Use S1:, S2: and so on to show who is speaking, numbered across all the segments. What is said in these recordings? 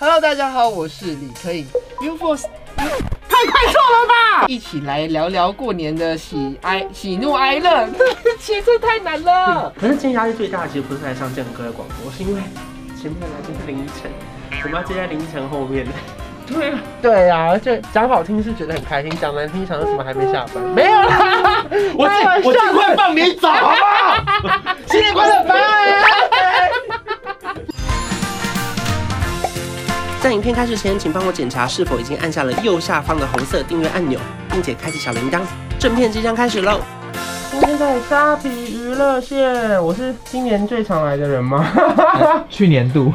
S1: Hello，大家好，我是李克颖 u f o 太快错了吧！一起来聊聊过年的喜哀、喜怒哀 乐。写这太难 了。
S2: 可是今天压力最大，其实不是来上健哥的广播，是因为前面的来宾是林依晨，我们要接在林依晨后面。对啊，对啊，而且讲好听是觉得很开心，讲难听想说怎么还没下 班？没有啦， 我
S1: 开玩笑
S2: 尽我尽快放你走，好不好？ 新年快乐，拜！在影片开始前，请帮我检查是否已经按下了右下方的红色订阅按钮，并且开启小铃铛。正片即将开始喽！今天在沙皮娱乐线，我是今年最常来的人 吗？
S3: 去年度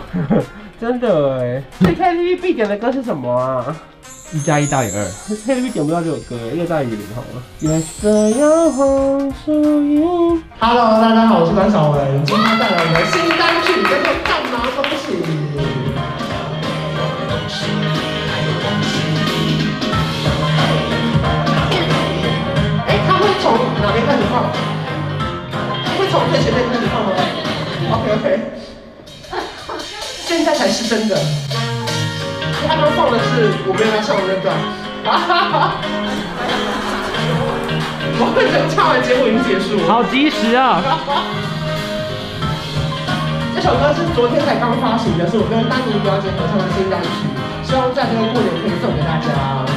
S2: 真的哎，最 KTV 必点的歌是什么啊？
S3: 一加一大于二，
S2: KTV 点不到这首歌，热带雨林好了。月色摇晃树影。
S4: Hello，大家好，我是关晓雯，今天带来我的新单曲，叫做《干嘛恭喜》。哎，他会从哪边开始放？会从最前面开始放吗？OK OK，现在才是真的。他刚放的是我没有要唱的那段。 哈哈哈！我会等唱完，结果已经结束了。
S3: 好及时啊！
S4: 这首歌是昨天才刚发行的，是我跟丹尼表姐合唱的新单曲，希望在这个过年可以送给大家。哦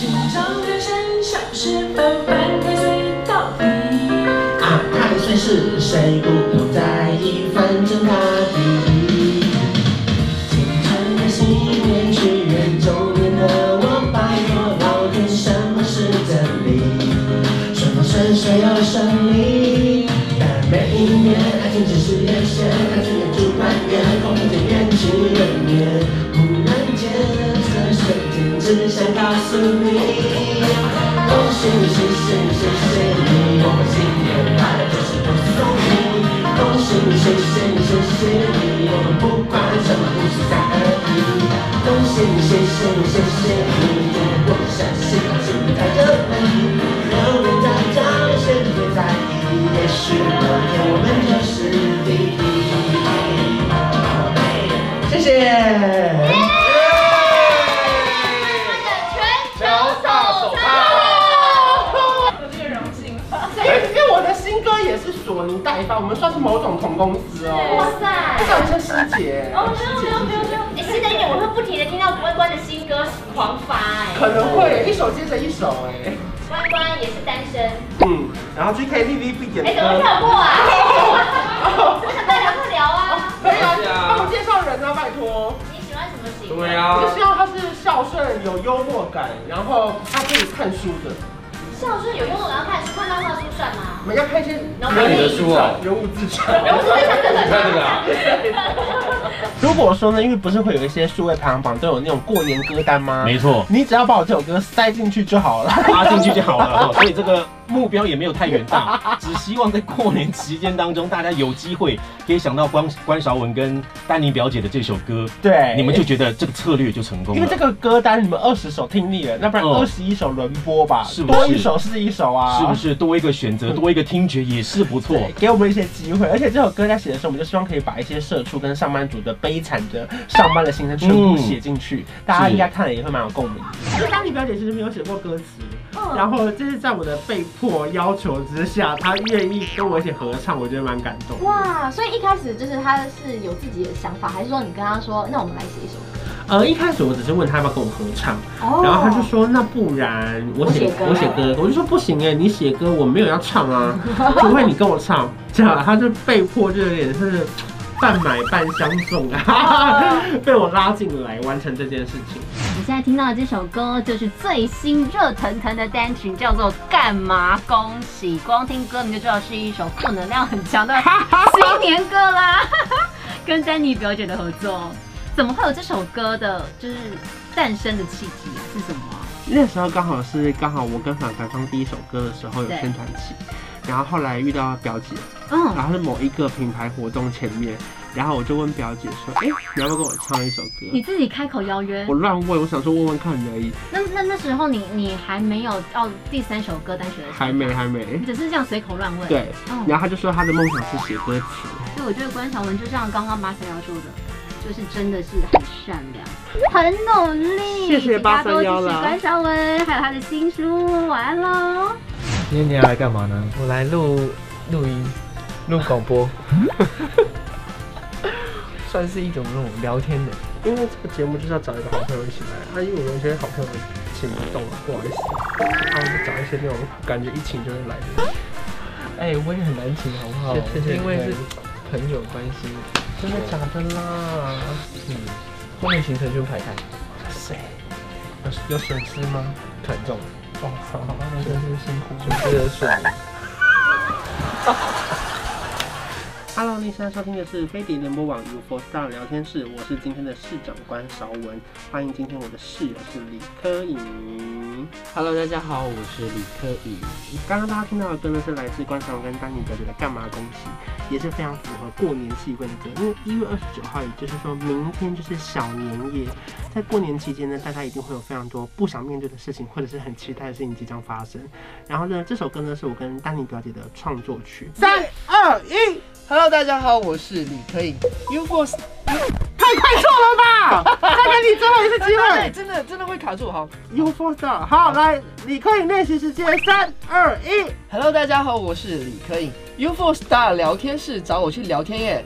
S5: 紧张的身上是纷纷跟随到底。
S4: 啊，他的岁是谁不用在意，反正他第一。虔诚的心愿许愿，中年的我拜托老天，什么是真理？什么是谁有神秘？但每一年，爱情只是眼线，爱情演出扮演，空间远去远年，忽然间，这瞬间只想告诉你。恭喜你，谢谢你，谢谢你，我们新年快乐，就是恭喜送你。恭喜你，谢谢你，谢谢你，我们不管什么，不是三二一。恭喜你，谢谢你，谢谢你，我们不相信爱情在这里，留恋在家，谁也别在意，也许某天我们就是第一。谢谢。
S1: 全球手 套。
S4: 哎，因为我的新歌也是索尼代发，我们算是某种同公司
S6: 哇
S4: 哦。
S6: 塞！
S4: 感谢师姐，
S6: 哦，没有没有没有没有，哎，现在一点我会不停的听到关关的新歌狂发哎，
S4: 可能会一首接着一首哎。
S6: 关关也是单身，
S4: 嗯，然后去 KTV 必点
S6: 哎，怎么
S4: 歌。
S6: 跳过 啊？我想大聊特聊啊，
S4: 可以啊，帮我介绍人啊，拜托。
S6: 你喜欢什么型？
S3: 对
S4: 我就
S3: 啊，
S4: 希望他是孝顺、有幽默感，然后他可以看书的。
S6: 孝顺有用，我要看书，看漫画书算吗
S4: 我？们要看一些
S6: 能
S4: 人
S3: 看
S4: 物
S3: 你的
S4: 自
S3: 书
S4: 传
S3: 哦，
S4: 人物自传。
S6: 我是会看这个，
S3: 你看这个啊
S2: 如果说呢，因为不是会有一些数位排行榜都有那种过年歌单吗？
S7: 没错，
S2: 你只要把我这首歌塞进去就好了。
S7: 拉进去就 好了。哦所以这个目标也没有太远大，只希望在过年期间当中，大家有机会可以想到关关韶文跟丹妮表姐的这首歌，
S2: 对，
S7: 你们就觉得这个策略就成功
S2: 因为这
S7: 了。
S2: 个歌单你们二十首听腻了，那不然
S7: 哦
S2: 二十一首轮播吧，
S7: 是不是
S2: 多一首是一首啊，
S7: 是不？是多一个选择，多一个听觉也是不错？
S2: 对，给我们一些机会，而且这首歌在写的时候，我们就希望可以把一些社畜跟上班族的悲惨的上班的心声全部
S7: 嗯
S2: 写进去，大家
S7: 是
S2: 应该看了也会蛮有共鸣。因为当你表姐其实没有写过歌词，然后这是在我的被迫要求之下，她愿意跟我一起合唱，我觉得蛮感动。
S8: 哇，所以一开始就是他是有自己的想法，还是说你跟他说，那我们来写一首歌？
S2: 呃，一开始我只是问她要不要跟我合唱，
S8: 哦
S2: 然后他就说：“那不然我写我
S8: 我
S2: 写
S8: 写
S2: 歌。”我就说：“不行哎，你写歌我没有要唱 啊，除非你跟我唱。”这样他就被迫就有点是半买半相送啊， 被我拉进来完成这件事情。
S6: 你现在听到的这首歌就是最新热腾腾的单曲，叫做《干嘛恭喜》。光听歌名就知道是一首负能量很强 的新年歌啦。 跟丹妮表姐的合作，怎么会有这首歌的，就是诞生的契机啊？是什么啊？
S2: 那时候刚好是刚好我跟反凡唱第一首歌的时候有宣传期，然后后来遇到表姐，
S6: 嗯，
S2: 然后是某一个品牌活动前面，然后我就问表姐说：“哎、你要不要跟我唱一首歌
S6: 你自己开口邀约？”
S2: 我。乱问，我想说问问看而已，
S6: 那那那时候你你还没有到第三首歌单曲的时候，
S2: 还没，还没
S6: 你。只是这样随口乱问。，
S2: 对，
S6: 嗯，
S2: 然后她就说她的梦想是写歌词，
S6: 所以我觉得关晓雯就像刚刚巴三幺说的，就是真的是很善良，很努力。
S2: 谢谢
S6: 大家
S2: 831
S6: 多支持
S2: 啦
S6: 关晓雯，还有她的新书，晚安喽。
S9: 今天你要来干嘛呢？我来录录音，录广播，算是一种那种聊天的。因为这个节目就是要找一个好朋友一起来，啊，因为我完全好朋友请不动啊，不好意思，那我们就找一些那种感觉一请就会来的。哎，我也很难请，好不好？因为是朋友关系。真的假的啦？嗯，后面行程全部排开。谁？有有损失吗？很重。哦，好，那真是辛苦，损失的爽。
S2: Hello，您现在收听的是飞碟联播网 UFO Star 聊天室，我是今天的市长官邵文，欢迎今天我的室友是李科颖。
S1: Hello，大家好，我是李科宇。
S2: 刚刚大家听到的歌呢是来自关晓雯跟丹尼表姐的《干嘛恭喜》，也是非常符合过年气氛的歌。因为一月二十九号，也就是说明天就是小年夜，在过年期间呢，大家一定会有非常多不想面对的事情，或者是很期待的事情即将发生。然后呢，这首歌呢是我跟丹尼表姐的创作曲。
S1: 三二一，Hello，大家好，我是李可颖。UFO，s- 太快错了吧！再给你最 后一次机
S2: 哎
S1: 会，哎真的真的会卡住好。
S2: UFO Star，好，来，李克颖练习时间，三二一。
S1: Hello，大家好，我是李科颖。UFO Star 聊天室找我去聊天耶。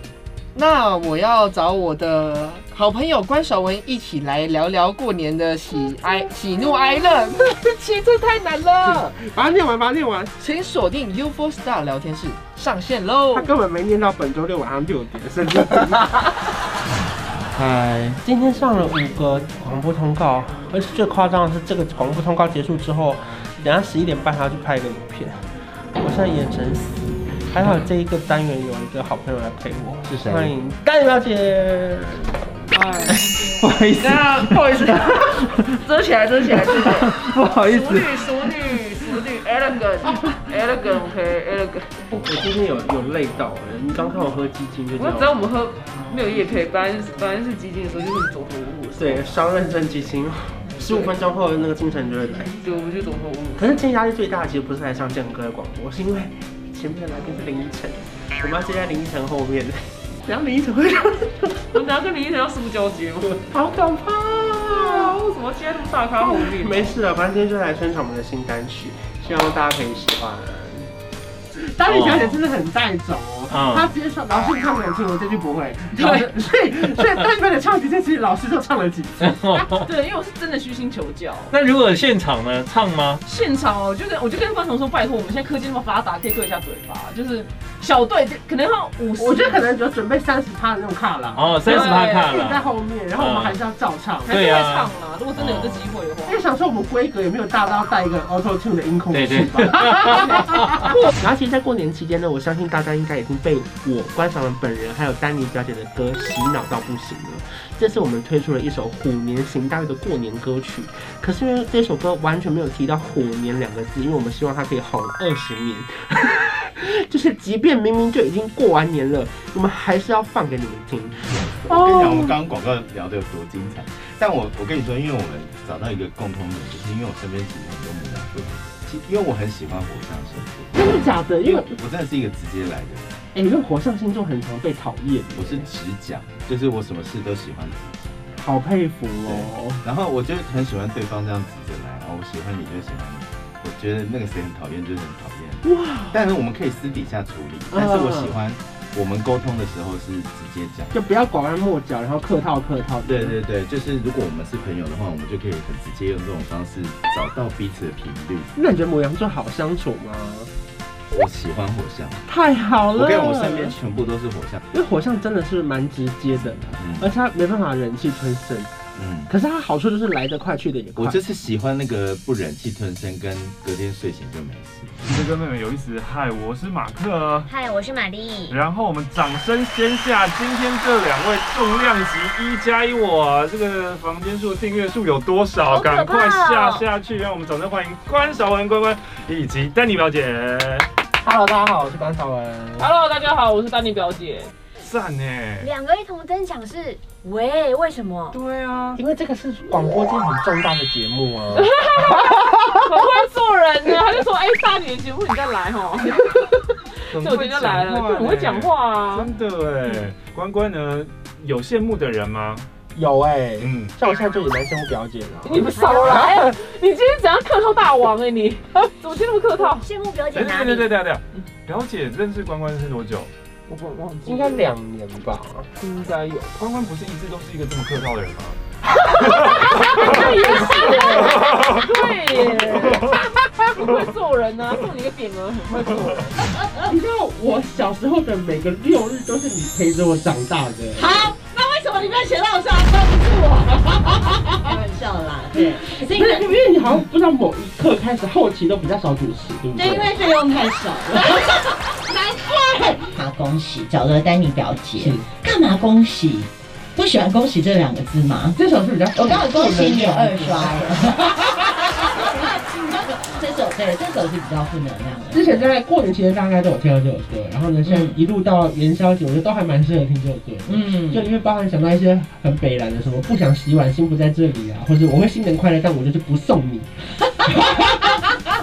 S1: 那我要找我的好朋友关晓雯一起来聊聊过年的喜哀、喜怒哀乐。 其实这太难了，
S2: 把它念完，把它念完。
S1: 请锁定 UFO Star 聊天室上线喽
S2: 他。根本没念到本周六晚上六点，甚至。嗨，哎今天上了五个广播通告，而且最夸张的是，这个广播通告结束之后，等下十一点半还要去拍一个影片，我现在眼神死。还好这一个单元有一个好朋友来陪我，
S9: 是谁
S2: 欢迎丹尼表姐。
S9: 不好意思，
S1: 那不好意思，遮起来，遮起来，遮 起来。
S9: 不好意
S1: 熟
S9: 思
S1: 女，，熟女，熟女，elegant，elegant，OK，elegant。
S2: 我今天有有累到了，你刚看我喝鸡精就
S1: 我只要我们喝没有夜配，本来就是本来是激进的时候就是走投无路，
S2: 对，双认真鸡精，十五分钟后那个精神就会来。
S1: 对，我们就走投无路。
S2: 可是今天压力最大，其实不是来上健哥的广播，是因为前面的来宾是林依晨，我们要接在林依晨后面，然后林依晨会让，
S1: 我们等下跟林依晨要塑胶节目，
S2: 好可怕
S1: 啊，
S2: 哦！
S1: 为什么现在这么大咖红利？
S2: 没事啊，反正今天就来宣传我们的新单曲，希望大家可以喜欢。丹尼小姐真的很带走哦
S10: 嗯，
S2: 她直接唱，老师唱两句，我这句不会。对，所以所以丹尼小姐唱几次，其实老师就唱了几次。
S11: 对，因为我是真的虚心求教。
S9: 那如果现场呢？唱吗？
S11: 现场哦，我就跟我就跟观众说，拜托，我们现在科技那么发达，可以对一下嘴巴，就是小对，可能要五十。
S2: 我觉得可能有准备三十趴的那种卡拉，
S9: 哦，三十趴看
S2: 在
S9: 了，
S2: 后面，然后我们还是要照唱。
S11: 还是会
S9: 对啊
S11: 唱啦。如果真的有这机会的
S2: 因为想说我们规格也没有大到带一个 auto tune 的音控去吧。然后其实，在过年期间呢，我相信大家应该已经被我观赏人本人还有丹尼表姐的歌洗脑到不行了。这次我们推出了一首虎年行大运的过年歌曲，可是因为这首歌完全没有提到虎年两个字，因为我们希望它可以红二十年。就是，即便明明就已经过完年了，我们还是要放给你们听。
S7: 我
S2: 哦
S7: 跟你讲，我们刚刚广告聊得有多精彩。但我我跟你说，因为我们找到一个共通点，就是因为我身边其实很多母羊座，其因为我很喜欢火象星座，
S2: 真的假的？因为，
S7: 我真的是一个直接来的人，
S2: 哎、因为火象星座很常被讨厌，
S7: 我是直讲，就是我什么事都喜欢直讲。
S2: 好佩服哦。
S7: 然后我就很喜欢对方这样指着来，然后我喜欢你就喜欢你，我觉得那个谁很讨厌就是很讨厌。哇！但是我们可以私底下处理，但是我喜欢我们沟通的时候是直接讲。
S2: 就不要拐弯抹角，然后客套客套。
S7: 对，对对，就是如果我们是朋友的话，我们就可以很直接用这种方式找到彼此的频率。
S2: 那你觉得母羊座好相处吗？
S7: 我喜欢火象，
S2: 太好
S7: 我
S2: 了！
S7: 跟你讲我身边，全部都是火象。
S2: 因为火象真的是蛮直接的，而且
S7: 嗯
S2: 他没办法忍气吞声。
S7: 嗯，
S2: 可是他好处就是来得快，去得也快。
S7: 我就是喜欢那个不忍气吞声，跟隔天睡醒就没事。
S3: 哥哥妹妹有意思，嗨，我是马克。
S12: 嗨，我是玛丽。
S3: 然后我们掌声先下今天这两位重量级一加一我，这个房间数订阅数有多少？
S12: 好可怕哦
S3: 赶快下下去，让我们掌声欢迎关韶文、关关以及丹尼表姐。
S2: 好 Hello，大家好，我是班少文。
S1: Hello，大家好，我是丹妮表姐。
S3: 赞呢、
S6: 两个一同登场是，喂，为什么？
S3: 对啊，
S2: 因为这个是广播界很重大的节目 啊。
S1: 很会做人呢，他就说：“哎、大姐节目你再来哦。”所以我今天就来了，对，很会讲话啊。
S3: 真的哎、关关呢？有羡慕的人吗？
S2: 有哎、嗯，像我现在就也蛮羡慕表姐的啊。
S1: 你不少
S11: 哎
S1: 来，你今天怎样客套大
S11: 欸
S1: 王 哎、你？怎么今天那么客套？
S6: 羡慕表
S3: 对对对对对对，表姐认识关关是多久？
S2: 我我忘记，应该两年吧，
S3: 应该有。关关不是一直都是一个这么客套的人吗？
S1: 对也是，对耶，很会做人啊，送你一个匾额，很会做人。
S13: 你知道我小时候的每个六日都是你陪着我长大的。
S1: 好，那为什么你没有写到我上？关注我。 开玩笑啦，
S13: 对，不是因为因为你好像不知道某一刻开始，后期都比较少主持，对不对？
S1: 费用太少 了，难怪。
S4: 好，啊恭喜找了丹尼表姐，干嘛恭喜？不喜欢恭喜这两个字吗？
S13: 这首是比较
S4: 我刚好恭喜你二刷了。 这首对，这首是比较负能量的。
S13: 之前在过年期间，大家都有听到这首歌，然后呢，现在一路到元宵节，我觉得都还蛮适合听这首歌。嗯，就里面包含想到一些很北蓝的，什么不想洗碗，心不在这里啊，或者我会新年快乐，但我就是不送你。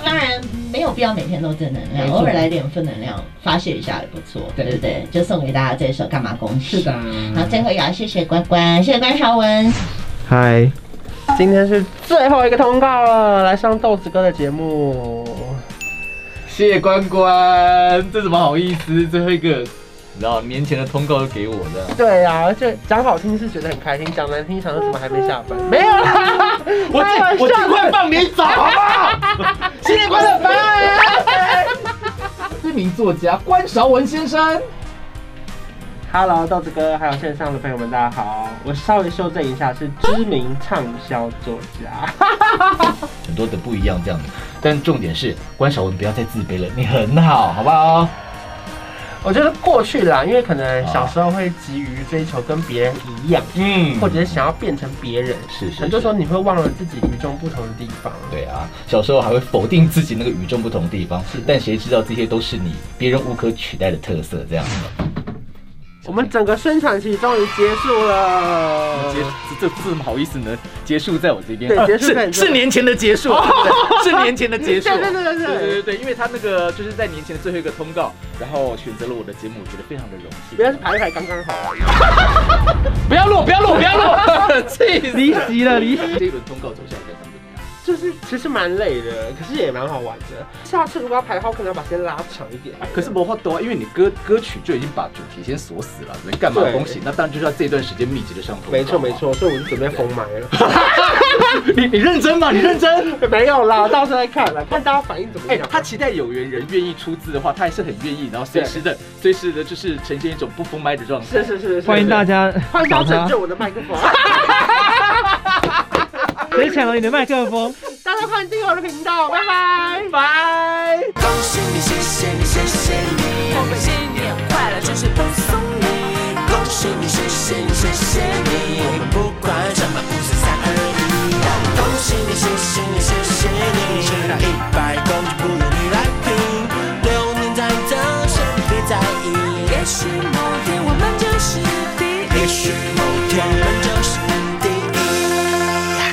S4: 当然没有必要每天都正能量，
S13: 没错
S4: 偶尔来点负能量发泄一下也不错，对不对？就送给大家这首《干嘛恭喜》。是的，好，最后也要谢谢关关，谢谢关韶文。
S2: 嗨，今天是最后一个通告了，来上豆子哥的节目。
S7: 谢谢关关，这怎么好意思？最后一个，你知道年前的通告都给我的。
S2: 对啊，而且讲好听是觉得很开心，讲难听想说怎么还没下班？没有 啦，
S7: 我
S2: 开玩哎笑的
S7: 尽我尽快放你走，好不 好？
S2: 新年快乐，拜！
S7: 知名作家关韶文先生。
S2: Hello，豆子哥，还有线上的朋友们，大家好，我稍微修正一下，是知名畅销作家。
S7: 很多的不一样这样子。但重点是，关晓雯不要再自卑了，你很好，好不好？
S2: 我觉得过去啦，因为可能小时候会急于追求跟别人一样，嗯，或者是想要变成别人，
S7: 是是
S2: 很多时候你会忘了自己与众不同的地方。
S7: 对啊，小时候还会否定自己那个与众不同的地方，但谁知道这些都是你别人无可取代的特色，这样子。
S2: 我们整个宣传期终于结束了，
S7: 结这这这怎么好意思呢？结束在我这边，
S2: 对结束在你
S7: 是
S2: 这边
S7: 是年前的 结束，
S2: 哦
S7: 是年前的结束，
S2: 对对对对对
S7: 对对对因为他那个就是在年前的最后一个通告，然后选择了我的节目，我觉得非常的荣幸。
S2: 不要是 排一排刚刚好。
S7: 不要录，不要录，不要录，气死！
S2: 离席了离席
S7: 这一轮通告走下来，怎么样？
S2: 就是其实蛮累的，可是也蛮好玩的。下次如果要排的话，我可能要把时间拉长一点。
S7: 可是魔法多，啊因为你歌歌曲就已经把主题先锁死了，能干嘛
S2: 对
S7: 恭喜？那当然就是要这段时间密集的上头。
S2: 没错没错，所以我就准备封埋 了。
S7: 你你认真吗？你认 真？
S2: 没有啦，到时候再看啦，看大家反应怎么
S7: 哎、
S2: 样。
S7: 他期待有缘人愿意出资的话，他还是很愿意，然后随时的、随时的，就是呈现一种不封麦的状态。
S2: 是是是是
S14: 欢迎大家
S2: 欢迎大
S14: 找
S2: 家拯
S14: 他，
S2: 救我的麦克风。
S14: 谁抢了你的麦克风？
S2: 大家快订阅我的频道，拜拜拜。
S15: 恭喜你，谢谢你，谢谢你，我们新年快乐，就是恭送你。恭喜你，谢谢你，谢谢你，我们不管什么，五四三二一。恭喜你，谢谢你，谢谢你，吃到一百公斤不用你来拼，流年再增，先别在意，也许某